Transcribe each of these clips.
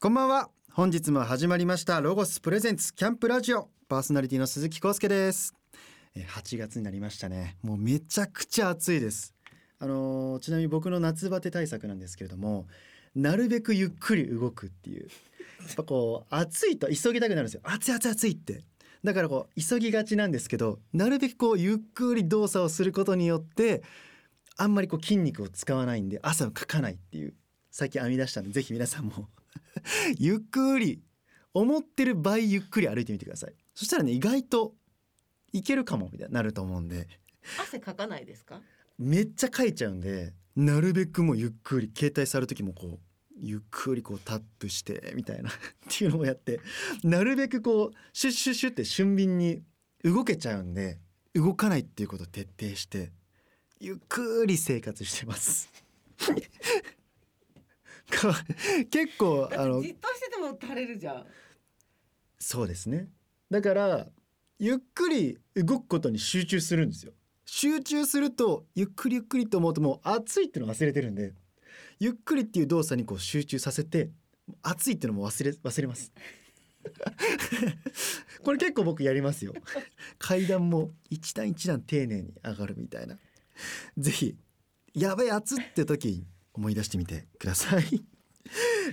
こんばんは本日も始まりましたロゴスプレゼンツキャンプラジオパーソナリティの鈴木康介ですえー8月になりましたねもうめちゃくちゃ暑いですあのーちなみに僕の夏バテ対策なんですけれどもなるべくゆっくり動くっていうやっぱこう暑いと急ぎたくなるんですよ暑い暑い暑いってだからこう急ぎがちなんですけどなるべくこうゆっくり動作をすることによってあんまりこう筋肉を使わないんで汗をかかないっていう最近編み出したんでぜひ皆さんもゆっくり思ってる倍ゆっくり歩いてみてくださいそしたらね意外といけるかもみたいになると思うんで汗かかないですか。めっちゃかいちゃうんでなるべくもうゆっくり携帯触る時もこうゆっくりこうタップしてみたいな っていうのをやってなるべくこうシュッシュッシュッって俊敏に動けちゃうんで動かないっていうことを徹底してゆっくり生活してます。 か結構あのじっとしてても垂れるじゃん。そうですねだからゆっくり動くことに集中するんですよ集中するとゆっくりゆっくりと思うともう暑いってのを忘れてるんでゆっくりっていう動作にこう集中させて暑いってのも忘れ忘れます これ結構僕やりますよ階段も一段一段丁寧に上がるみたいなぜひやべえ暑って時に思い出してみてください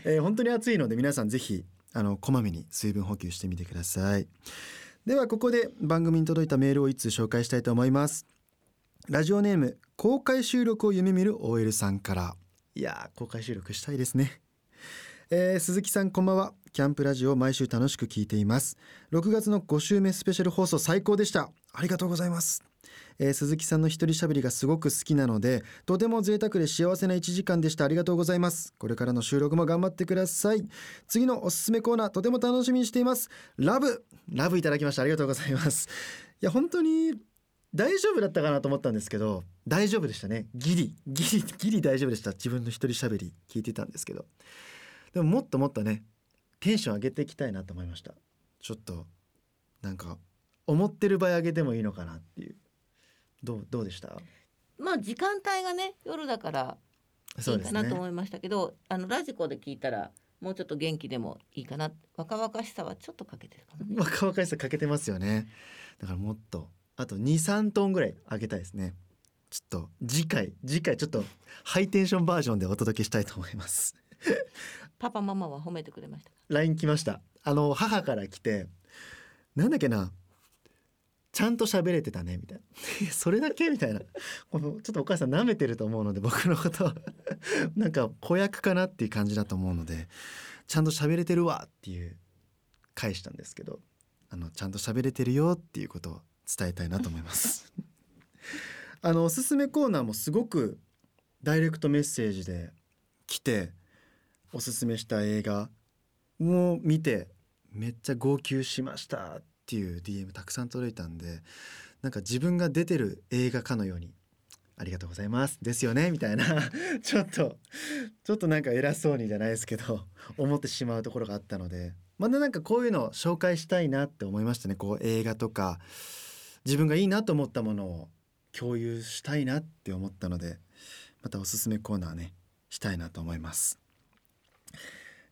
えー本当に暑いので皆さんぜひあのこまめに水分補給してみてくださいではここで番組に届いたメールを一通紹介したいと思いますラジオネーム公開収録を夢見る OL さんからいやー公開収録したいですね、えー鈴木さんこんばんはキャンプラジオを毎週楽しく聞いています6月の5週目スペシャル放送最高でしたありがとうございます、えー鈴木さんの一人しゃべりがすごく好きなのでとても贅沢で幸せな1時間でしたありがとうございますこれからの収録も頑張ってください次のおすすめコーナーとても楽しみにしていますラブラブいただきましたありがとうございますいや本当に大丈夫だったかなと思ったんですけど大丈夫でしたねギリギリギリ大丈夫でした自分の一人しゃべり聞いてたんですけどでももっともっとねテンション上げていきたいなと思いましたちょっとなんか思ってる場合上げてもいいのかなっていうどうどうでしたまあ時間帯がね夜だからいそういでかすねなと思いましたけど、あのラジコで聞いたらもうちょっと元気でもいいかな若々しさはちょっとかけてるかもね。 若々しさ欠けてますよねだからもっとあと23トンぐらい上げたいですねちょっと次回次回ちょっとハイテンションバージョンでお届けしたいと思いますパパママは褒めてくれましたか。 LINE 来ましたあの母から来てなんだっけなちゃんと喋れてたねみたいな それだけみたいなこのちょっとお母さん舐めてると思うので僕のこと なんか子役かなっていう感じだと思うのでちゃんと喋れてるわっていう返したんですけどあのちゃんと喋れてるよっていうことを伝えたいなと思います。 あのおすすめコーナーもすごくダイレクトメッセージで来ておすすめした映画を見てめっちゃ号泣しましたっていう DM たくさん届いたんでなんか自分が出てる映画かのように「ありがとうございます」ですよねみたいな ちょっとちょっとなんか偉そうにじゃないですけど思ってしまうところがあったのでまだなんかこういうのを紹介したいなって思いましたねこう映画とか自分がいいなと思ったものを共有したいなって思ったのでまたおすすめコーナーねしたいなと思います。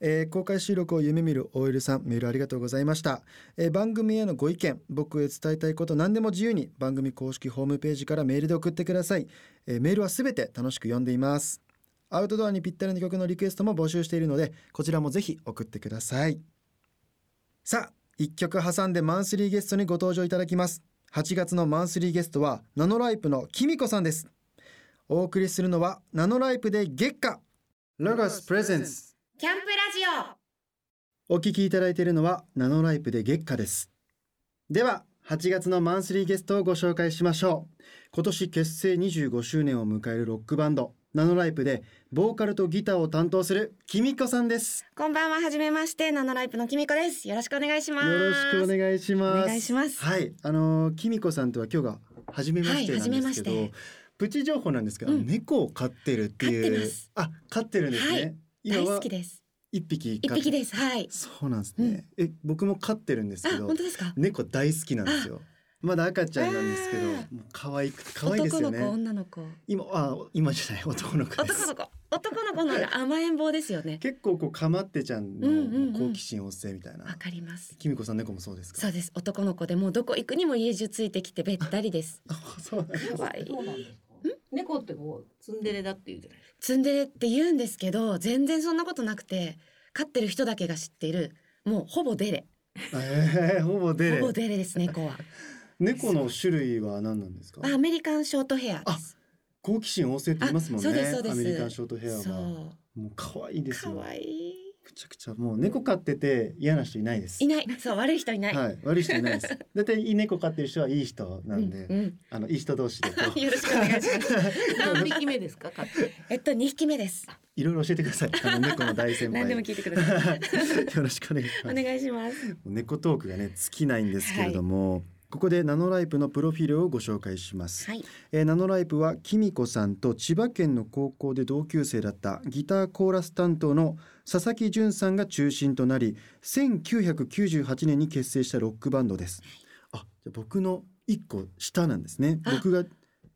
えー公開収録を夢見る OL さんメールありがとうございました、えー番組へのご意見僕へ伝えたいこと何でも自由に番組公式ホームページからメールで送ってください、えーメールはすべて楽しく読んでいますアウトドアにぴったりの曲のリクエストも募集しているのでこちらもぜひ送ってくださいさあ一曲挟んでマンスリーゲストにご登場いただきます8月のマンスリーゲストはナノライプのキミコさんですお送りするのはナノライプで月下ロゴスプレゼンスキャンプラジオ。お聞きいただいているのはナノライプで月下です。では、8月のマンスリーゲストをご紹介しましょう。今年結成25周年を迎えるロックバンド、ナノライプで、ボーカルとギターを担当する、きみこさんです。こんばんは、はじめまして、ナノライプのきみこです。よろしくお願いしまよす。ろしくおい願いします。お願いしますはい、あのー、きみこさんとは今日が初めましてなんはですいけど、初めましてプチ情報なんですけど、うん猫を飼ってるっていう。飼ってますあ、飼ってるんですね。はい今大は好きです。一匹一飼っ匹です。はい。そうなんですね。え、僕も飼ってるんですあけ、ど本。当ですか。猫大好きなんですよまだ赤ちゃんなんですけどあもーう可愛く可愛いですよ男の子、ね女の子。今あ今じゃない男の子で男すの子。男の子の方が甘えん坊ですよね。結構こうかまってちゃんうんうんうんの好奇心旺盛みたいな、わかります。きみこさん猫もそうですかそうです。男の子でもうどこ行くにも家中ついてきてべったりです。あそうなんです可愛いそうなんですか猫ってこうツンデレだっていうじゃないですかツンデレって言うんですけど、全然そんなことなくて、飼ってる人だけが知っている。もうほぼデレ。えー、ほぼデレほぼデレです猫は。猫の種類は何なんですかアメリカンショートヘアです。好奇心旺盛って言いますもんねあそうですそうですアメリカンショートヘアそはう。もう可愛いですよ可愛いくちゃくちゃもう猫飼ってて嫌な人いないですい。いない。そう悪い人いない。はい、悪い人いない です。だいたいいい猫飼ってる人はいい人なんで、うんうんあのいい人同 士でこう。よろしくお願いします。 何匹目ですか飼ってるえっと二匹目です。いろいろ教えてくださ い。あの猫の大先輩。何でも聞いてくださ い。はいよろしくお願いしまおす。願いします。猫トークがね尽きないんですけれども、ここでナノライプのプロフィールをご紹介します。はい。えーナノライプはきみこさんと千葉県の高校で同級生だったギターコーラス担当の佐々木淳さんが中心となり1998年に結成したロックバンドですあじゃあ僕の一個下なんですねあ僕が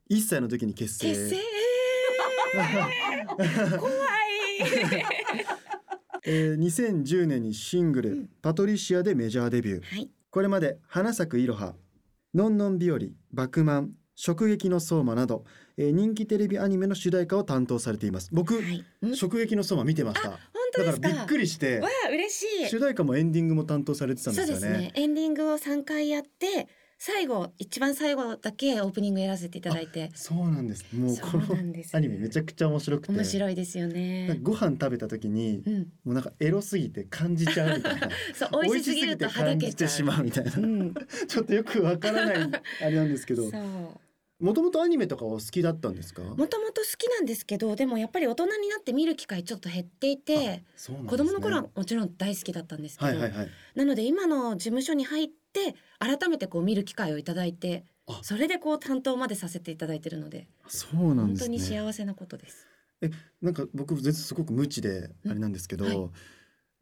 1歳の時に結成結成。怖い。えー2010年にシングル、パトリシア」でメジャーデビューはい。これまで「花咲くいろは」「のんのん日和」「バクマン」「食撃の相馬」など、えー人気テレビアニメの主題歌を担当されています僕、はい。うん本食撃の相馬見てました当だでかすらか。びっくりしてわあ嬉しい。主題歌もエンディングも担当されてたんでそうすでよすねね。エンディングを三回やって、最後一番最後だけオープニングやらせていただいて、そうなんですもうこのそうなんですアニメめちゃくちゃ面白くて面白いですよなんねか。ご飯食べた時にうん。もうなんかエロすぎて感じちゃうみたいなそう 美味しすぎる美と味しはだけ感じちゃてう。しまうみたいな、うん。ちょっとよくわから ないあれなんですけそどう。もともとアニメとかはお好きだったんですかもともと好きなんですけどでもやっぱり大人になって見る機会ちょっと減っていて、そうなんで子すね供の頃はもちろん大好きだったんですけど、はいはいはいなので今の事務所に入って改めてこう見る機会をいただいてあそれでこう担当までさせていただいてるのでそうなん本で当すにね幸せなことです。なんか僕全然すごく無知であれなんですけど、うんはい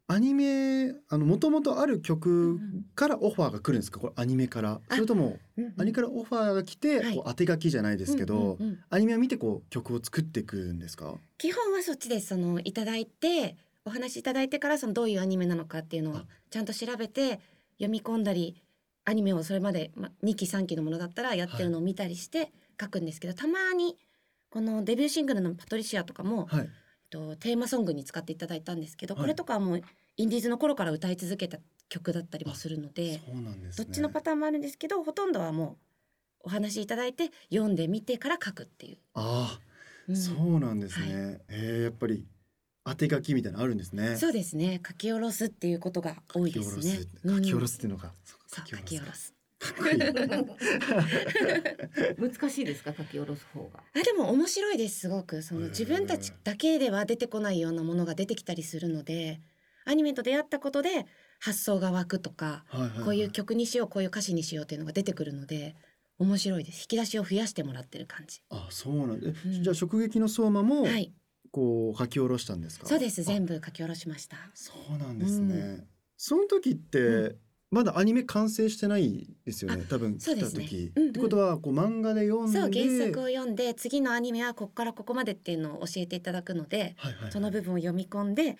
アニメあの元々あるうん曲からオファーが来るんですかこれアニメからあそれともうんうんアニメからオファーが来て、はいこう当て書きじゃないですけど、うんうんうんアニメを見てこう曲を作っていくんですか基本はそっちですそのいただいてお話しいただいてからそのどういうアニメなのかっていうのをあちゃんと調べて読み込んだりアニメをそれまで、ま、2期3期のものだったらやってるのを見たりして書くんですけど、たまにこのデビューシングルの「パトリシア」とかも、はいえっと、テーマソングに使っていただいたんですけど、はいこれとかはもうインディーズの頃から歌い続けた曲だったりもするのでそうなんですどねっちのパターンもあるんですけどほとんどはもうお話しいただいて読んでみてから書くっていう。あうあんそうなんですね、えーやっぱり当て書きみたいなのあるんですねそうですね。書き下ろすっていうことが多いですね。書き下ろす。すっていうのが、そうそ書うき書き下下ろろす。すかっこいい難しいですか書き下ろす方があでも面白いですすごくそへのー自分たちだけでは出てこないようなものが出てきたりするので、アニメと出会ったことで発想が湧くとか、はいはいはこういう曲にしようこういう歌詞にしようっていうのが出てくるので面白いです。引き出しを増やしてもらってる感じ。あそうなんです、えうんじゃあ食撃の相馬も、はい、こう書き下ろしたんですかそうですあ全部書き下ろしました。そうなんですね。うその時って、うまだアニメ完成してないですよね。多分そう来でたすね時、うんうんってことはこう漫画で読んで、そう原作を読んで次のアニメはここからここまでっていうのを教えていただくので、はいはい、その部分を読み込んで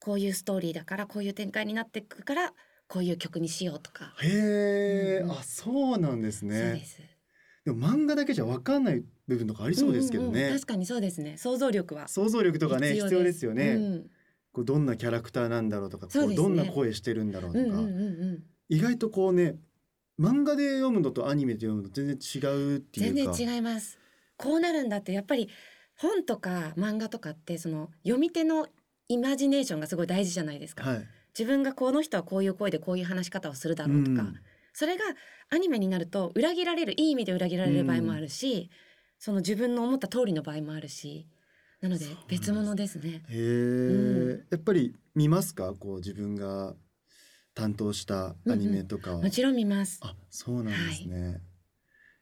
こういうストーリーだからこういう展開になっていくからこういう曲にしようとか、へえ、うんうんあそうなんですそうでね。す。でも漫画だけじゃわかんない部分とかありそうですけどね。んん確かにそうですね。想像力は想像力とかね必要ですよね、うんこうどんなキャラクターなんだろうとかそうこでうすねどんな声してるんだろうとうか、んうんうんうん。意外とこうね漫画で読むのとアニメで読むの全然違うっていう全か然違います。こうなるんだってやっぱり本とか漫画とかってその読み手のイマジネーションがすごい大事じゃないですか。はい、自分がこの人はこういう声でこういう話し方をするだろうとか、うんそれがアニメになると裏切られるいい意味で裏切られる場合もあるし、その自分の思った通りの場合もあるしなのでそうなんです別物ですね。へえ、うやっぱり見ますかこう自分が担当したアニメとかは、もちろん見ます。あそうなんですね、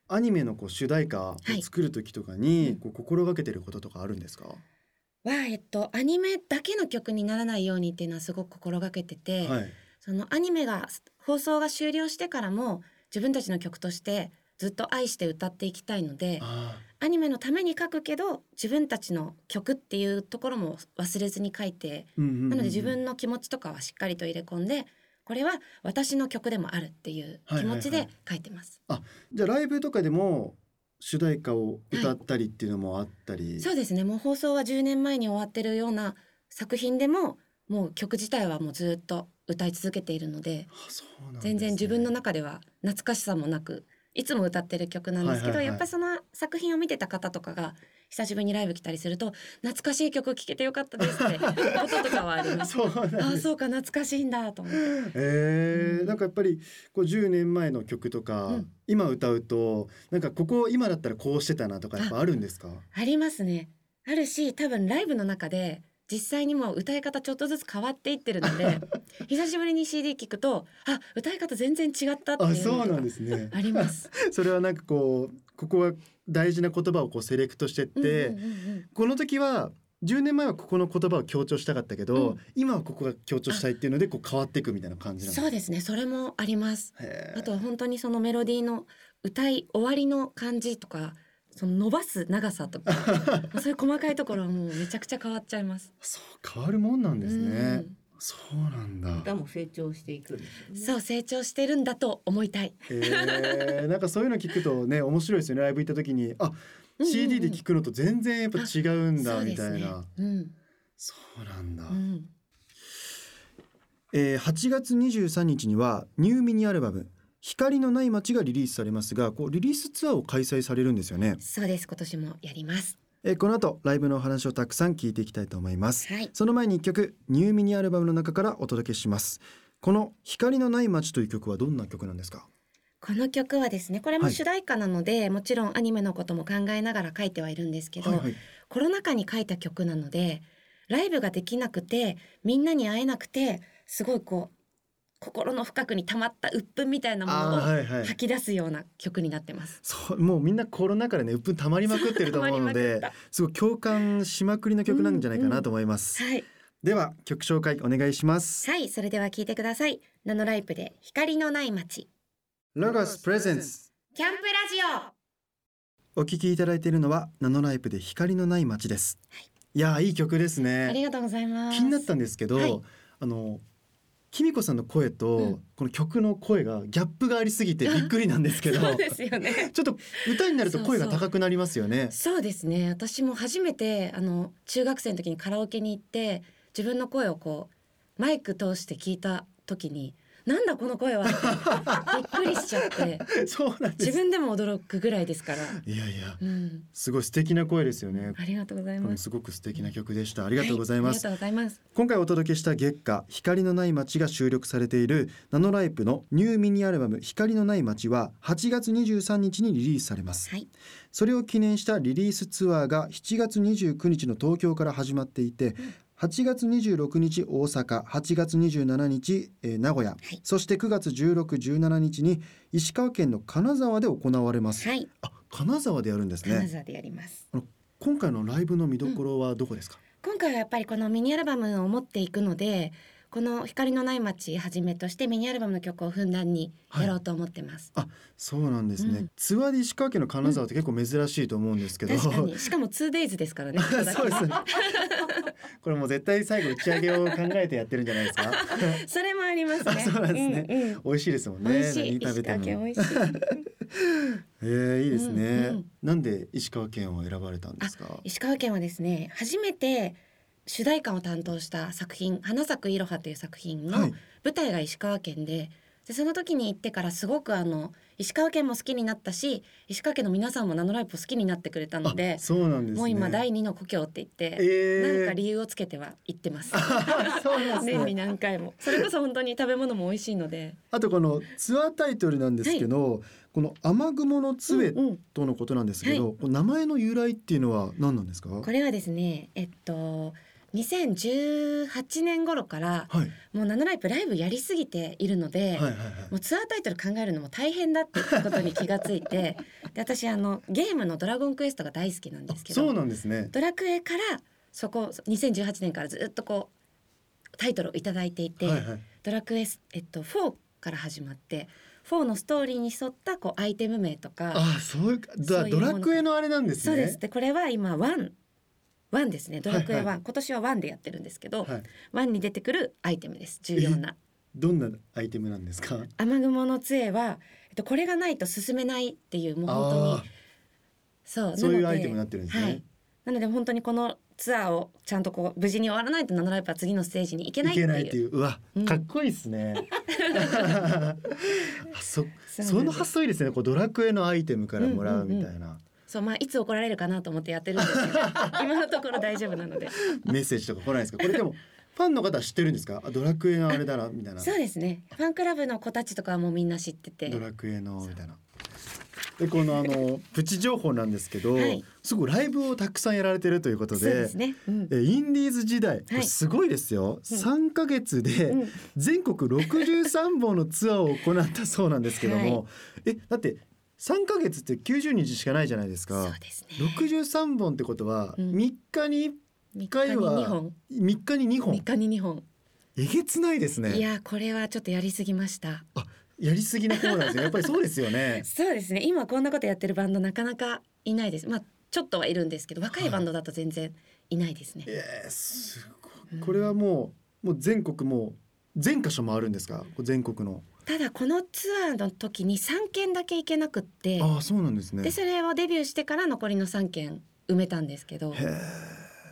アニメのこう主題歌を作る時とかに、はいこう心がけてることとかあるんですか、ははえっとアニメだけの曲にならないようにっていうのはすごく心がけてて、い、そのアニメが放送が終了してからも自分たちの曲としてずっと愛して歌っていきたいのであアニメのために書くけど自分たちの曲っていうところも忘れずに書いてななので自分の気持ちとかはしっかりと入れ込んでこれは私の曲でもあるっていう気持ちはいではい書いてます。じゃあライブとかでも主題歌を歌ったりっていうのもあったり、そうですねもう放送は10年前に終わってるような作品でももう曲自体はもうずっと歌い続けているのであそうなんですね全然自分の中では懐かしさもなくいつも歌ってる曲なんですけはいはど、いはいやっぱりその作品を見てた方とかが久しぶりにライブ来たりすると懐かしい曲聴けてよかったです ってこととかはあります。そうなんですああそうか懐かしいんだと思ってえーうんなんかやっぱりこう10年前の曲とか、うん今歌うとなんかここ今だったらこうしてたなとかやっぱあるんですかありますねあるし多分ライブの中で実際にもう歌い方ちょっとずつ変わっていってるの で久しぶりに CD 聴くとあ歌い方全然違ったってあいうそうのなんがですねあります。それはなんかこうここは大事な言葉をこうセレクトしてって、うんうんうんうんこの時は10年前はここの言葉を強調したかったけど、うん今はここが強調したいっていうのでこう変わっていくみたいな感じなんそうですねそれもあります。へーあとは本当にそのメロディーの歌い終わりの感じとかその伸ばす長さと かそういう細かいところはもうめちゃくちゃ変わっちゃいます。そう変わるもんなんですねうんそうなんだ歌も成長していくんですよねそう成長してるんだと思いたい。へーなんかそういうの聞くとね面白いですよねライブ行った時にあ CD で聞くのと全然やっぱ違うんだみたいなうんうんそうなんだうん、うんえー8月23日にはニューミニアルバム光のない街がリリースされますがこうリリースツアーを開催されるんですよね、そうです今年もやります。えーこの後ライブのお話をたくさん聞いていきたいと思いますはいその前に一曲ニューミニアルバムの中からお届けしますこの光のない街という曲はどんな曲なんですかこの曲はですねこれもはい主題歌なので、もちろんアニメのことも考えながら書いてはいるんですけど、いコロナ禍に書いた曲なのでライブができなくてみんなに会えなくてすごいこう心の深くに溜まった鬱憤みたいなもあーのをはいはい吐き出すような曲になってます。そうもうみんなコロナ禍でね鬱憤溜まりまくってると思うの溜まりでまくっすごい共感しまくりの曲なんじゃないかなと思います、たはい、では曲紹介お願いしますはい、それでは聞いてください。ナノライプで光のない街ロゴスプレゼンスキャンプラジオ。お聞きいただいているのはナノライプで光のない街です、い、やーいい曲ですありねがとうございます。気になったんですけど、はいあのきみこさんの声と、うんこの曲の声がギャップがありす ぎてびっくりなんですけどそうですよね。ちょっと歌になると声が高くなりますよね。そうですね私も初めてあの中学生の時にカラオケに行って自分の声をこうマイク通して聞いた時に「なんだこの声は」ってび っくりしちゃってそうなんで自す。分でも驚くぐらいですから、 いやいや、うん、すごい素敵な声ですよね。ありがとうございこまのす。すごく素敵な曲でした。あありがとうございます。ありがとうございます。今回お届けした月下光のない街が収録されているナノライプのニューミニアルバム光のない街は8月23日にリリースされます。はい、それを記念したリリースツアーが7月29日の東京から始まっていて、8月26日大阪、8月27日、えー名古屋、いそして9月16、17日に石川県の金沢で行われます。はい、あ、金沢でやるんです金ね。沢でやります。今回のライブの見どころはどこですか。今回はやっぱりこのミニアルバムを持っていくので、この光のない街はじめとしてミニアルバムの曲をふんだんにやろうと思ってます。そうなんですね。うんツアーで石川県の金沢って結構珍しいと思うんですけど。確かに、しかも 2days ですからね。 そうですね。 これもう絶対最後打ち上げを考えてやってるんじゃないですか。 それもありますね。あそうなんですねうんうん美味しいですもんね。美味しい。何食石べて川も。県美味しい。 えー、いいですね、うんうんなんで石川県を選ばれたんですか。石川県はですね、初めて主題歌を担当した作品「花咲くいろは」という作品のはい舞台が石川県で,、でその時に行ってからすごくあの石川県も好きになったし石川県の皆さんも「ナノライブ」を好きになってくれたのであそうなんですね。もう今第二の故郷って言って、えー、なんか理由をつけては行ってます。そうなんです 年にね。何回もそれこそ本当に食べ物も美味しいので、あとこのツアータイトルなんですけど、この雨雲の杖うんうんとのことなんですけど、この名前の由来っていうのは何なんですか。これはですねえっと2018年頃からはいもう「ナノライブ」ライブやりすぎているのはで、いはいはい。もうツアータイトル考えるのも大変だってことに気がついて で私あのゲームの「ドラゴンクエスト」が大好きなんあですけどそうなんですね。ドラクエからそこ2018年からずっとこうタイトルを頂いていて、はいはい。ドラクエス、えっと、4から始まって4のストーリーに沿ったこうアイテム名とかあそういうかだそういうドものラクエのあれなんですねそうですでこれは今1。ワンですねドラクエ1、はいは今年は1でやってるんですけど、はい、 1に出てくるアイテムです重要などんなアイテムなんですか雨雲の杖は、えっと、これがないと進めないっていうもう本当にあそうあそういうなのアでイテムになってるんですね、はい、なので本当にこのツアーをちゃんとこう無事に終わらないとナノライブは次のステージに行けないいっていけうないっていううわうんかっこいいですね、 あそそうなんそでのす発想いいですねこうドラクエのアイテムからもらうみたいな、そうまあいつ怒られるかなと思ってやってるんです けど今のところ大丈夫なのでメッセージとか来ないですかこれでもファンの方は知ってるんですかあドラクエのあれだなみたいなそうですねファンクラブの子たちとかはもうみんな知っててドラクエのみたいなでこのあのプチ情報なんですけど、はいすごいライブをたくさんやられてるということそうでですね、うんえインディーズ時代、これはいすごいですよ、三3ヶ月でうん全国63本のツアーを行ったそうなんですけども、えだって3ヶ月って90日しかないじゃないですそうかですね63本ってことはうん3日に3回日に2は本3日に2 3本日に2本えげつないですいねやこれはちょっとやりすぎましたやりすぎな方なんですよやっぱりそうですよね そうですね今こんなことやってるバンドなかなかいないですまあちょっとはいるんですけど若はいいバンドだと全然いないですね、えー、すごいこれはもうもう全国もう全箇所回るんですかこう全国のただこのツアーの時に3件だけ行けなくってああそうなんですねでそれをデビューしてから残りの3件埋めたんですけどへえ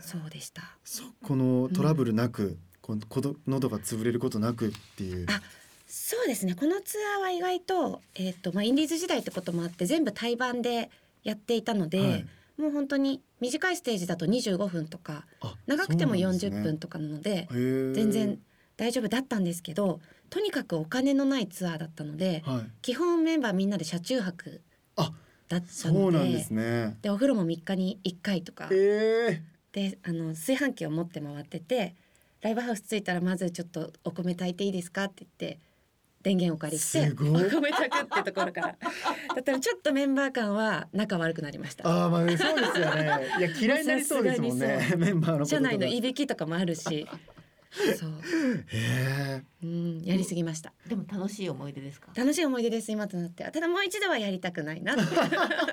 そうでしたそこのトラブルなく、このこど喉が潰れることなくっていうあそうですねこのツアーは意外と,、えーとまあ、インディーズ時代ってこともあって全部対バンでやっていたので、はいもう本当に短いステージだと25分とかあ長くてもそうなんです40ね分とかなのでへー全然大丈夫だったんですけどとにかくお金のないツアーだったのではい基本メンバーみんなで車中泊あだったそのうでなんですねでお風呂も3日に1回とかええであの炊飯器を持って回っててライブハウス着いたらまずちょっとお米炊いていいですかって言って電源お借りしてすごおい米炊くってとこ ろからだったらちょっとメンバー間は仲悪くなりましたああまあそうですよねいや 嫌いになりそうですもんさすねがに メンバーのこと社とか内のいびきとかもあるしそうへうんやりすぎましたでも楽しい思い出ですか。楽しい思い出です今となってはただもう一度はやりたくないなって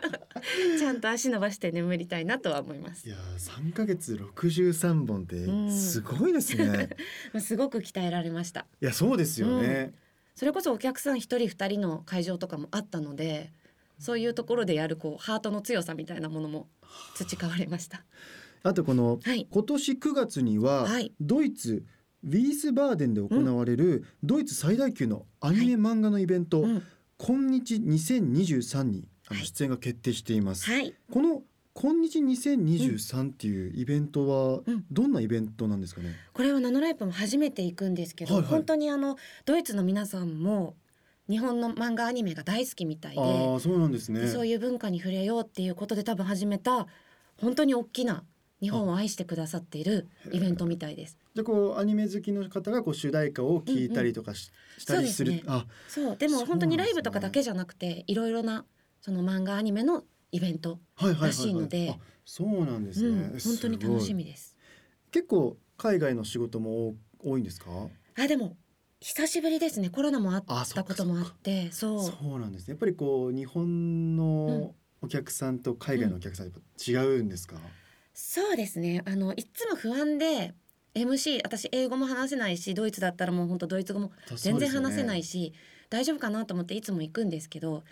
ちゃんと足伸ばして眠りたいなとは思いまえいすやー三ヶ月六十三本ってうんすごいですね、もうすごく鍛えられましたいやそうですよね、それこそお客さん一人二人の会場とかもあったのでそういうところでやるこうハートの強さみたいなものも培われましたあとこのはい今年九月には、はいドイツウィースバーデンで行われる、ドイツ最大級のアニメ漫画のイベント、うん今日2023にあのはい出演が決定しています、はいこの今日2023っていうイベントはうんどんなイベントなんですかね、これはナノライブも初めて行くんですけど、はいはい本当にあのドイツの皆さんも日本の漫画アニメが大好きみたいでああそうなんですねでそういう文化に触れようっていうことで多分始めた本当に大きな日本を愛してくださっているイベントみたいです。じゃあこうアニメ好きの方がこう主題歌を聞いたりとかし,、したりするそうですあそうでそうも本当なんですねにライブとかだけじゃなくて、いろいろなその漫画アニメのイベント、はいはいはい、はい、らしいのであそうなんですね、うん、本当に楽しすごいみです。結構海外の仕事も多多いんですかあでも久しぶりですねコロナもあっあそたっかこともあってそうそうなんですねやっぱりこう日本のお客さんと海外のお客さんやっぱ違うんですか、そうですねあのいつも不安で MC 私英語も話せないしドイツだったらもう本当ドイツ語も全然話せないし、し、大丈夫かなと思っていつも行くんですけど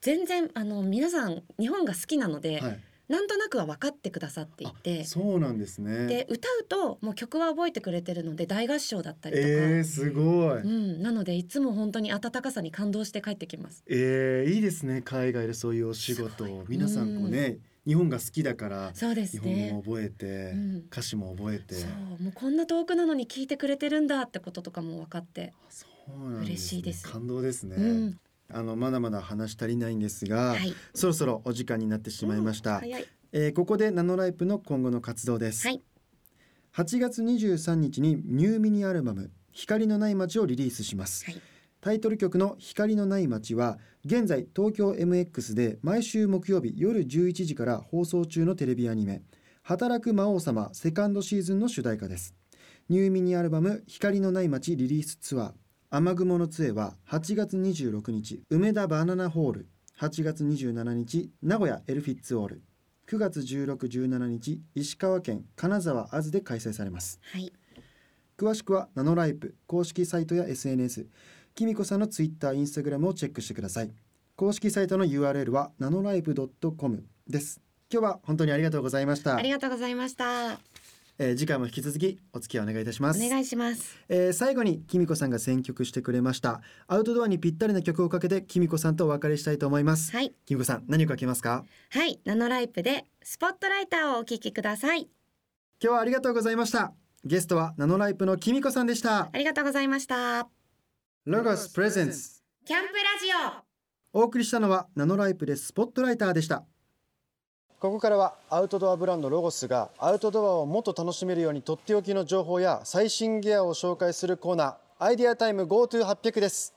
全然あの皆さん日本が好きなので、はい、なんとなくは分かってくださっていてあそうなんですねで歌うともう曲は覚えてくれてるので大合唱だったりとか、えー、すごい、うん、なのでいつも本当に温かさに感動して帰ってきます。えー、いいですね海外でそういうお仕事を皆さんこうね、日本が好きだからそうです日ね本語も覚えて、うん歌詞も覚えてそうもうこんな遠くなのに聞いてくれてるんだってこととかも分かって、そうなんです、ね、嬉しいです感動ですね、うんあのまだまだ話し足りないんですが、はいそろそろお時間になってしまいました、早いえーここでナノライプの今後の活動です、はい8月23日にニューミニアルバム光のない街をリリースします、はいタイトル曲の光のない街は現在東京 MX で毎週木曜日夜11時から放送中のテレビアニメ働く魔王様セカンドシーズンの主題歌ですニューミニアルバム光のない街リリースツアー雨雲の杖は8月26日梅田バナナホール8月27日名古屋エルフィッツオール9月1617日石川県金沢アズで開催されますはい詳しくはナノライプ公式サイトや SNS きみこさんのツイッターインスタグラムをチェックしてください公式サイトの URL はナノライプ .com です今日は本当にありがとうございましたありがとうございましたえー次回も引き続きお付き合いお願いいたしおます願いしますえー最後にきみこさんが選曲してくれましたアウトドアにぴったりな曲をかけてきみこさんとお別れしたいと思いますはいきみこさん何をかけますかはいナノライプでスポットライターをお聞きください今日はありがとうございましたゲストはナノライプのきみこさんでしたありがとうございましたロゴスプレゼンスキャンプラジオお送りしたのはナノライプでスポットライターでしたここからはアウトドアブランドロゴスがアウトドアをもっと楽しめるようにとっておきの情報や最新ギアを紹介するコーナーアイデアタイム GoTo800 です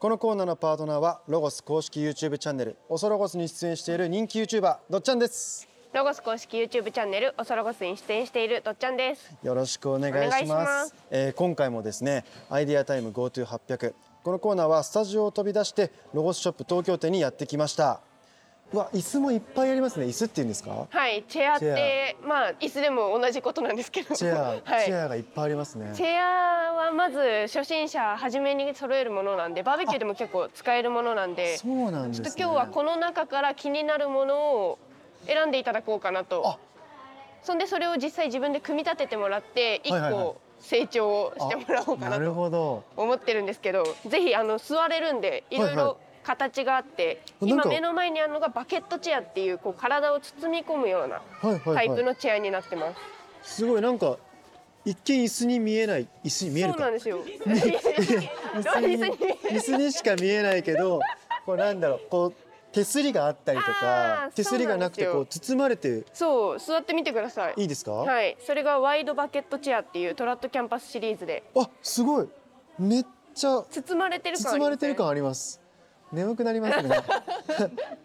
このコーナーのパートナーはロゴス公式 YouTube チャンネルおそロゴスに出演している人気 YouTuber どっちゃんですロゴス公式 YouTube チャンネルおそろごすに出演しているどっちゃんですよろしくお願いおしま願すいしますえー今回もですねアイデアタイム GoTo800 このコーナーはスタジオを飛び出してロゴスショップ東京店にやってきましたうわ椅子もいっぱいありますね椅子っていうんですかはいチェアっチェてまあ椅子でも同じことなんですけどチェア、 はい、チェアがいっぱいありますねチェアはまず初心者初めに揃えるものなんでバーベキューでも結構使えるものなんでちそょうなんです、っね、と今日はこの中から気になるものを選んでいただこうかなとあそんでそれを実際自分で組み立ててもらってはいは1いはい個成長してもらおうかななるとほど思ってるんですけどぜひあの座れるんでいろいはいはいろ形があって、あなん今か目の前にあるのがバケットチェアっていうこう体を包み込むようなはいはいはタいイプのチェアになってます。すごいなんか一見椅子に見えない椅子に見えるそうなかんです よ。どう椅子に椅子にしか見えないけどこうなんだろうこう手すりがあったりとあかー手すりがなくてそうこなうん包まれてそう座ってみてください。いいですか、はい、それがワイドバケットチェアっていうトラットキャンパスシリーズであすごいめっちゃ包まれてる感あ包りままれてせんる感あります眠くなります ね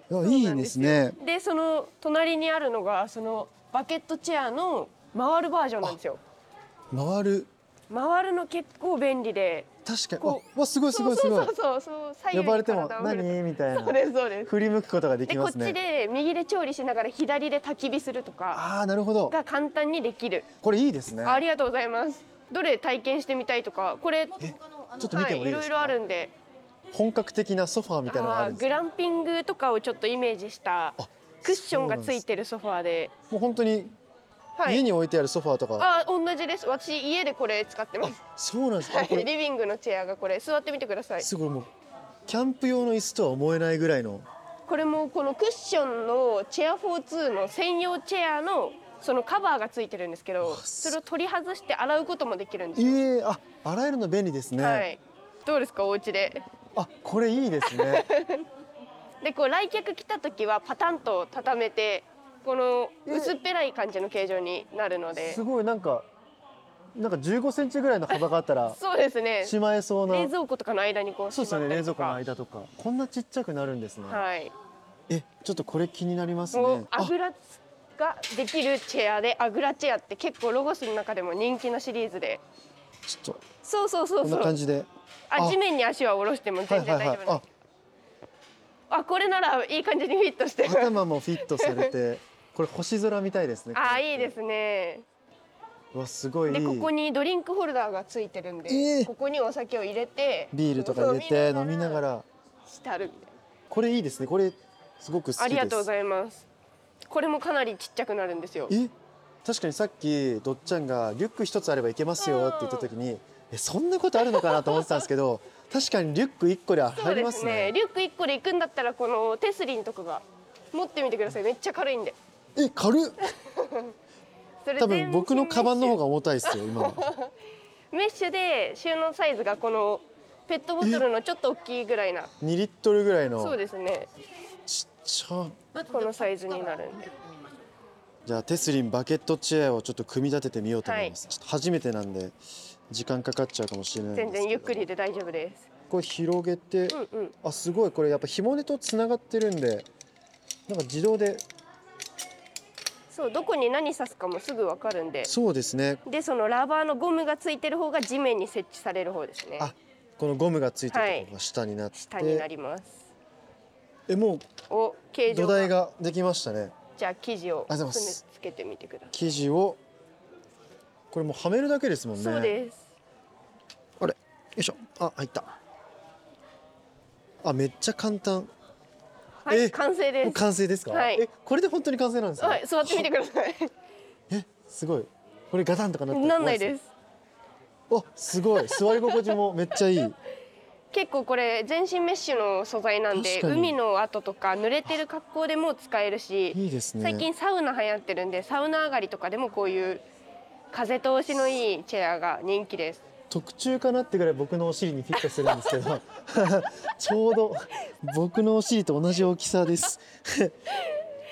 いやいいですねでその隣にあるのがそのバケットチェアの回るバージョンなんですよ。回る回るの結構便利で。確かにこあわすごいすごいすごいそうそうそうそう。左右呼にばれても体を振る何みたいなそうですそうです。振り向くことがでで、きこまっすねちで右で調理しながら左で焚き火するとかああなるほどが簡単にできる。これいいですねありがとうございます。どれ体験してみたいとか、これちょっと見はてもい、いいいでろいすろかあるんで、本格的なソファーみたいなのがああるんーですグランピングとかをちょっとイメージしたあクッションがついてるソファーで、もう本当には家い。に置いてあるソファーとか、あー、同じです。私家でこれ使ってます。そうなんですはあこい、れリビングのチェアがこれ座ってみてください。すごいもうキャンプ用の椅子とは思えないぐらいのこれもこのクッションのチェア42の専用チェアのそのカバーがついてるんですけどそれを取り外して洗うこともできるんですえよ、えあ洗えるの便利ですね、はいどうですかお家であこれいいです ねでこう来客来た時はパタンと畳めてこの薄っぺらい感じの形状になるのですごいなんかなんか15センチぐらいの幅があったらそうですねしまえそうな冷蔵庫とかの間にこうそうですよね冷しま蔵庫のったり間とかこんなちっちゃくなるんですね、とかはいえちょっとこれ気になりますもねうああぐらができるチェアであぐらチェアって結構ロゴスの中でも人気のシリーズでちょっとそうそうそこうんそなう感じでああ地面に足は下ろしてもはい全はい然大丈夫はないんです、ああこれならいい感じにフィットしてます頭もフィットされて これ星空みたいですねあいいですねうわすごいいでいここにドリンクホルダーがついてるんで、えーここにお酒を入れてビールとか入れて飲みながらら浸るみたいなこれいいですねこれすごく好きですありがとうございますこれもかなりちっちゃくなるんですよえ確かにさっきどっちゃんがリュック一つあればいけますよって言った時にえそんなことあるのかなと思ってたんですけ ど確かにリュック一個でそう入りでますすねねリュック1個で行くんだったらこのテスリンとかが持ってみてくださいめっちゃ軽いんでえ軽っそれ多分僕のカバンの方がが重たいですよ今はメッシュで収納サイズがこのペットボトルのちょっと大きいぐらいな2リットルぐらいそうのですねちっちゃこのサイズになるんでじゃあテスリンバケットチェアをちょっと組み立ててみようと思います、ちょっと初めてなんで時間かかっちゃうかもしれないんです全けど然ゆっくりで大丈夫ですこれ広げて、うんうんあすごいこれやっぱ紐根とつながってるんでなんか自動でそうどこに何刺すかもすぐわかるんでそうですねでそのラバーのゴムがついてる方が地面に設置される方ですねあこのゴムがついてるはいところが下になって、下になりますえもおう形土状台がができましたねじゃあ生地をありがとうございますつけてみてくださ生地をこれもうはめるだけですもんいねそうですあれよいしょあ入ったあめっちゃ簡単はえい完成でもうす完成ですか、はいえこれで本当に完成なんですか、はい座ってみてくだ さいえすごいこれガタンとかなったらなんない怖ですすあすごい座り心地もめっちゃいい結構これ全身メッシュの素材なんで確かに海の後とか濡れてる格好でも使えるしいいですね最近サウナ流行ってるんでサウナ上がりとかでもこういう風通しのいいチェアが人気です特注かなってぐらい僕のお尻にフィットするんですけど ちょうど僕のお尻と同じ大きさです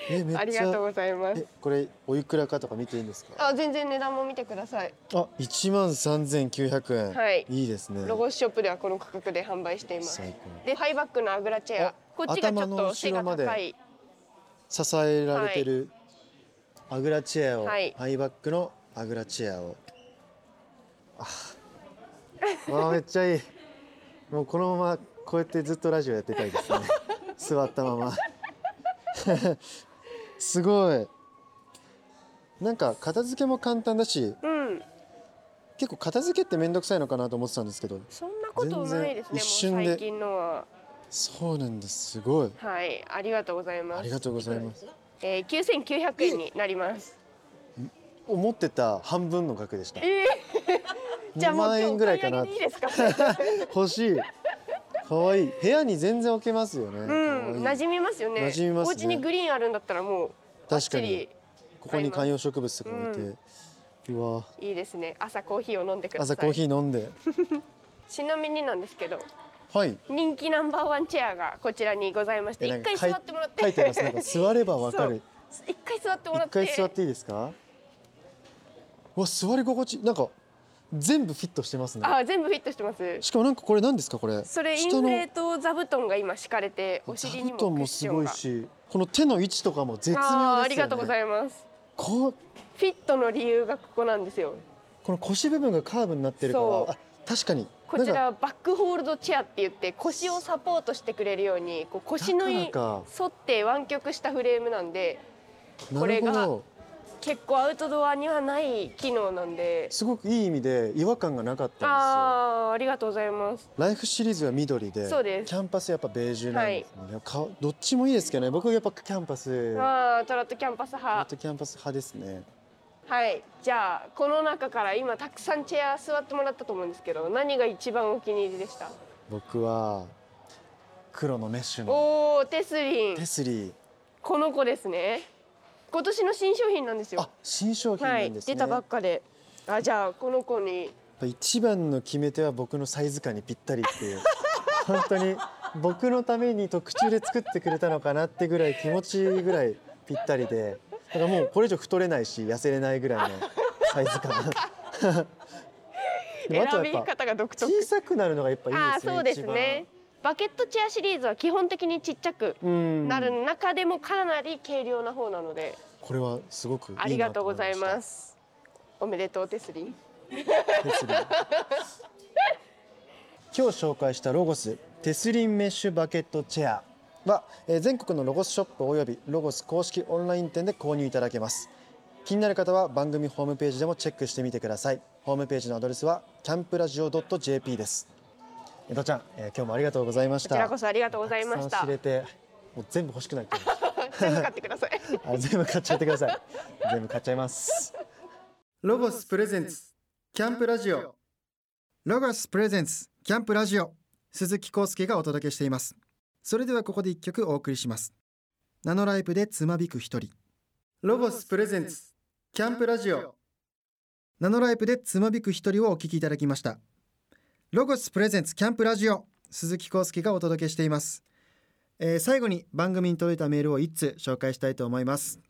えめあっりちがとうゃございますえこれおいくらかとか見ていいんですかあ全然値段も見てくださいあ一万三千九百円、はいいいですねロゴスショップではこの価格で販売しています最でハイバックのあぐらチェアこっちがちょっと背が頭の後ろま高でい高支えられてるあぐらチェアを、はいハイバックのあぐらチェアを ああーめっちゃいいもうこのままこうやってずっとラジオやってたい ですね座ったま ますごいなんか片付けも簡単だしうん結構片付けって面倒くさいのかなと思ってたんですけどそんなことないです全ね然一瞬もうで最近のはそうなんですすごいはいありがとうございまありすがとうございますえー、9900円になります思ってた半分の額でしたえー、 じゃあ2もう万今日円おぐら買いいかな上げでいいで すか欲しい可愛い部屋に全然置けますよね、うん可愛馴い染みますよね馴染みますねお家にグリーンあるんだったらもうバ確ッかチにリここに観葉植物とか置いて、うわいいですね朝コーヒーを飲んでください朝コーヒー飲んでちなみになんですけどはい人気ナンバーワンチェアがこちらにございましてえな一んか回座ってもらって書いてますなんか座ればわかる 一回座ってもらっ一回て座っていいですかうわ座り心地なんか全部フィットしてますねあ全部フィットしてますしかもなんかこれ何ですかこれそれイン下フのレート座布団が今敷かれてお尻にもク座布団ッもシすョンごいがしこの手の位置とかも絶妙ですよねあーありがとうございますこうフィットの理由がここなんですよこの腰部分がカーブになってるからそうあ確かにこちなんからバックホールドチェアって言って腰をサポートしてくれるようにこう腰のいいだからか反って湾曲したフレームなんでこれがなるほど結構アウトドアにはない機能なんですごくいい意味で違和感がなかったんですよあーありがとうございますライフシリーズは緑でそうですキャンパスやっぱベージュなんですね、かどっちもいいですけどね僕やっぱキャンパスあああトラットキャンパス派とキャンパス派ですねはいじゃあこの中から今たくさんチェア座ってもらったと思うんですけど何が一番お気に入りでした僕は黒のメッシュのおおテスリンテスリーこの子ですね今年の新商品なんですあよ新商品はないんですね、出たばっかであじゃあこの子にやっぱ一番の決め手は僕のサイズ感にぴったりって いう本当に僕のために特注で作ってくれたのかなってぐらい気持ちいいぐらいぴったりでだからもうこれ以上太れないし痩せれないぐらいのサイズ感で 選もあとはびやっぱ方が独特小さくなるのがやっぱいいああですねそうですねバケットチェアシリーズは基本的にちっちゃく一番うんなる中でもかなり軽量な方なのでこれはすごくいいなありがとうございと思ましたすおめでとうテスリンテスリン今日紹介したロゴステスリンメッシュバケットチェアは、えー全国のロゴスショップおよびロゴス公式オンライン店で購入いただけます気になる方は番組ホームページでもチェックしてみてくださいホームページのアドレスはキャンプラジオ .jp です江戸ちゃん、えー今日もありがとうございましこたちらこそありがとうございまたしくさんた知れてもう全部欲しくなってきました 全部買ってくださいあ全部買っちゃってください全部買っちゃいますロゴスプレゼンツキャンプラジオロゴスプレゼンツキャンプラジオ鈴木康介がお届けしていますそれではここで一曲お送りしますナノライブでつまびく一人ロゴスプレゼンツキャンプラジオナノライブでつまびく一人をお聞きいただきましたロゴスプレゼンツキャンプラジオ鈴木康介がお届けしています、えー最後に番組に届いたメールを一通紹介したいと思います、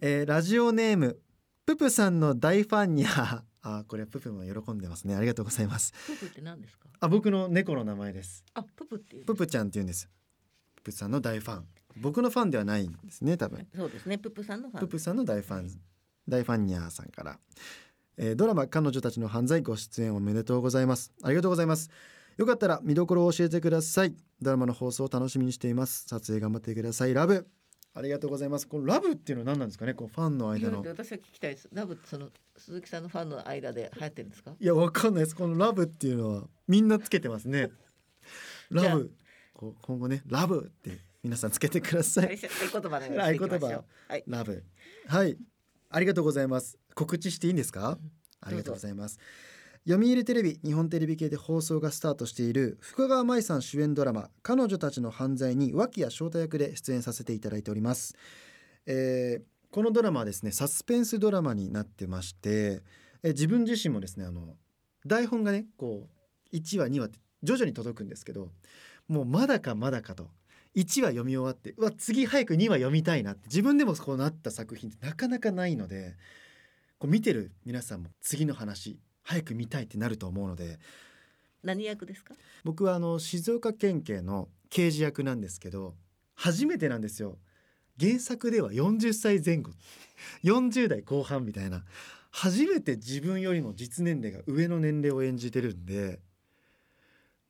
えーラジオネームププさんの大ファンにゃ あこれププも喜んでますねありがとうございますププって何ですかあ僕の猫の名前ですあププっていうププちゃんって言うんですププさんの大ファン僕のファンではないんですね多分そうですねププさんのファンププさんの大ファン大ファンニャーさんからえードラマ彼女たちの犯罪ご出演おめでとうございますありがとうございますよかったら見どころを教えてくださいドラマの放送を楽しみにしています撮影頑張ってくださいラブありがとうございますこのラブっていうのは何なんですかねこうファンのいや間だっのて私は聞きたいですラブその鈴木さんのファンの間で流行ってるんです かいやわかんないですこのラブっていうのはみんなつけてますねラブこう今後ねラブって皆さんつけてください合言葉でやっていきましょうはいラブ。はい。ありがとうございます。告知していいんですかん。ありがとうございます。読売テレビ、日本テレビ系で放送がスタートしている深川舞さん主演ドラマ「彼女たちの犯罪」に脇谷翔太役で出演させていただいております。えーこのドラマはですねサスペンスドラマになってまして、えー自分自身もですねあの台本がねこう1話2話って徐々に届くんですけどもうまだかまだかと1話読み終わってうわ次早く2話読みたいなって自分でもこうなった作品ってなかなかないのでこう見てる皆さんも次の話早く見たいってなると思うので何役ですか僕はあの静岡県警の刑事役なんですけど初めてなんですよ原作では40歳前後40代後半みたいな初めて自分よりも実年齢が上の年齢を演じてるんで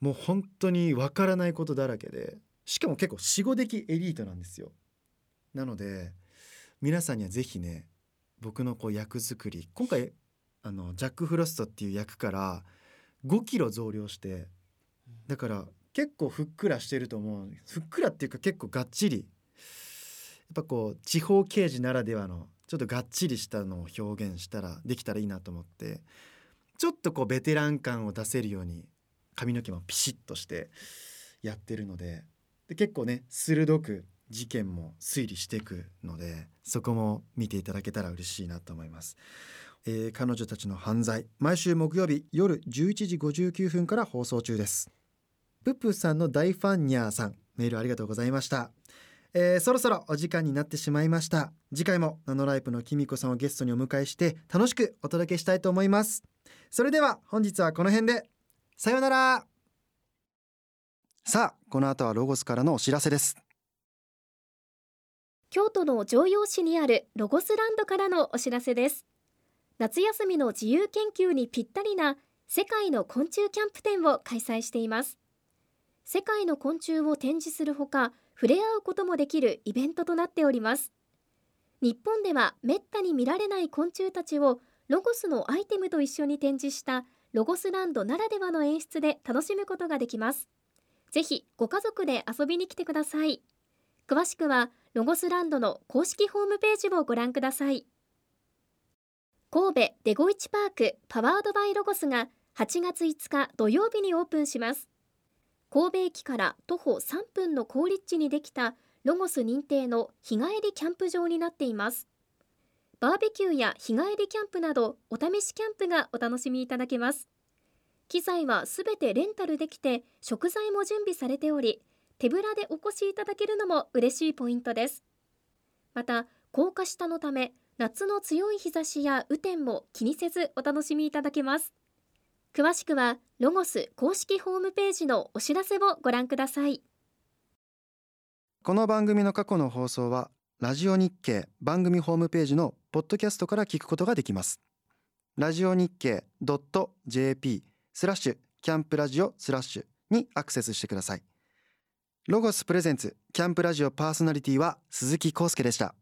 もう本当にわからないことだらけでしかも結構45的エリートなんですよなので皆さんにはぜひね僕のこう役作り今回あのジャック・フロストっていう役から5キロ増量してだから結構ふっくらしてると思うふっくらっていうか結構がっちりやっぱこう地方刑事ならではのちょっとがっちりしたのを表現したらできたらいいなと思ってちょっとこうベテラン感を出せるように髪の毛もピシッとしてやってるのでで結構ね鋭く事件も推理していくのでそこも見ていただけたら嬉しいなと思います。えー彼女たちの犯罪毎週木曜日夜11時59分から放送中ですプップーさんの大ファンニャーさんメールありがとうございました、えーそろそろお時間になってしまいました次回もナノライプのキミコさんをゲストにお迎えして楽しくお届けしたいと思いますそれでは本日はこの辺でさようならさあこの後はロゴスからのお知らせです京都の城陽市にあるロゴスランドからのお知らせです夏休みの自由研究にぴったりな世界の昆虫キャンプ展を開催しています世界の昆虫を展示するほか触れ合うこともできるイベントとなっております日本ではめったに見られない昆虫たちをロゴスのアイテムと一緒に展示したロゴスランドならではの演出で楽しむことができますぜひご家族で遊びに来てください詳しくはロゴスランドの公式ホームページをご覧ください神戸デゴイチパークパワードバイロゴスが8月5日土曜日にオープンします神戸駅から徒歩3分の好立地にできたロゴス認定の日帰りキャンプ場になっていますバーベキューや日帰りキャンプなどお試しキャンプがお楽しみいただけます機材はすべてレンタルできて食材も準備されており手ぶらでお越しいただけるのも嬉しいポイントですまた高架下のため夏の強い日差しや雨天も気にせずお楽しみいただけます詳しくはロゴス公式ホームページのお知らせをご覧くださいこの番組の過去の放送はラジオ日経番組ホームページのポッドキャストから聞くことができますラジオ日経 .jp スラッシュキャンプラジオスラッシュにアクセスしてくださいロゴスプレゼンツキャンプラジオパーソナリティは鈴木康介でした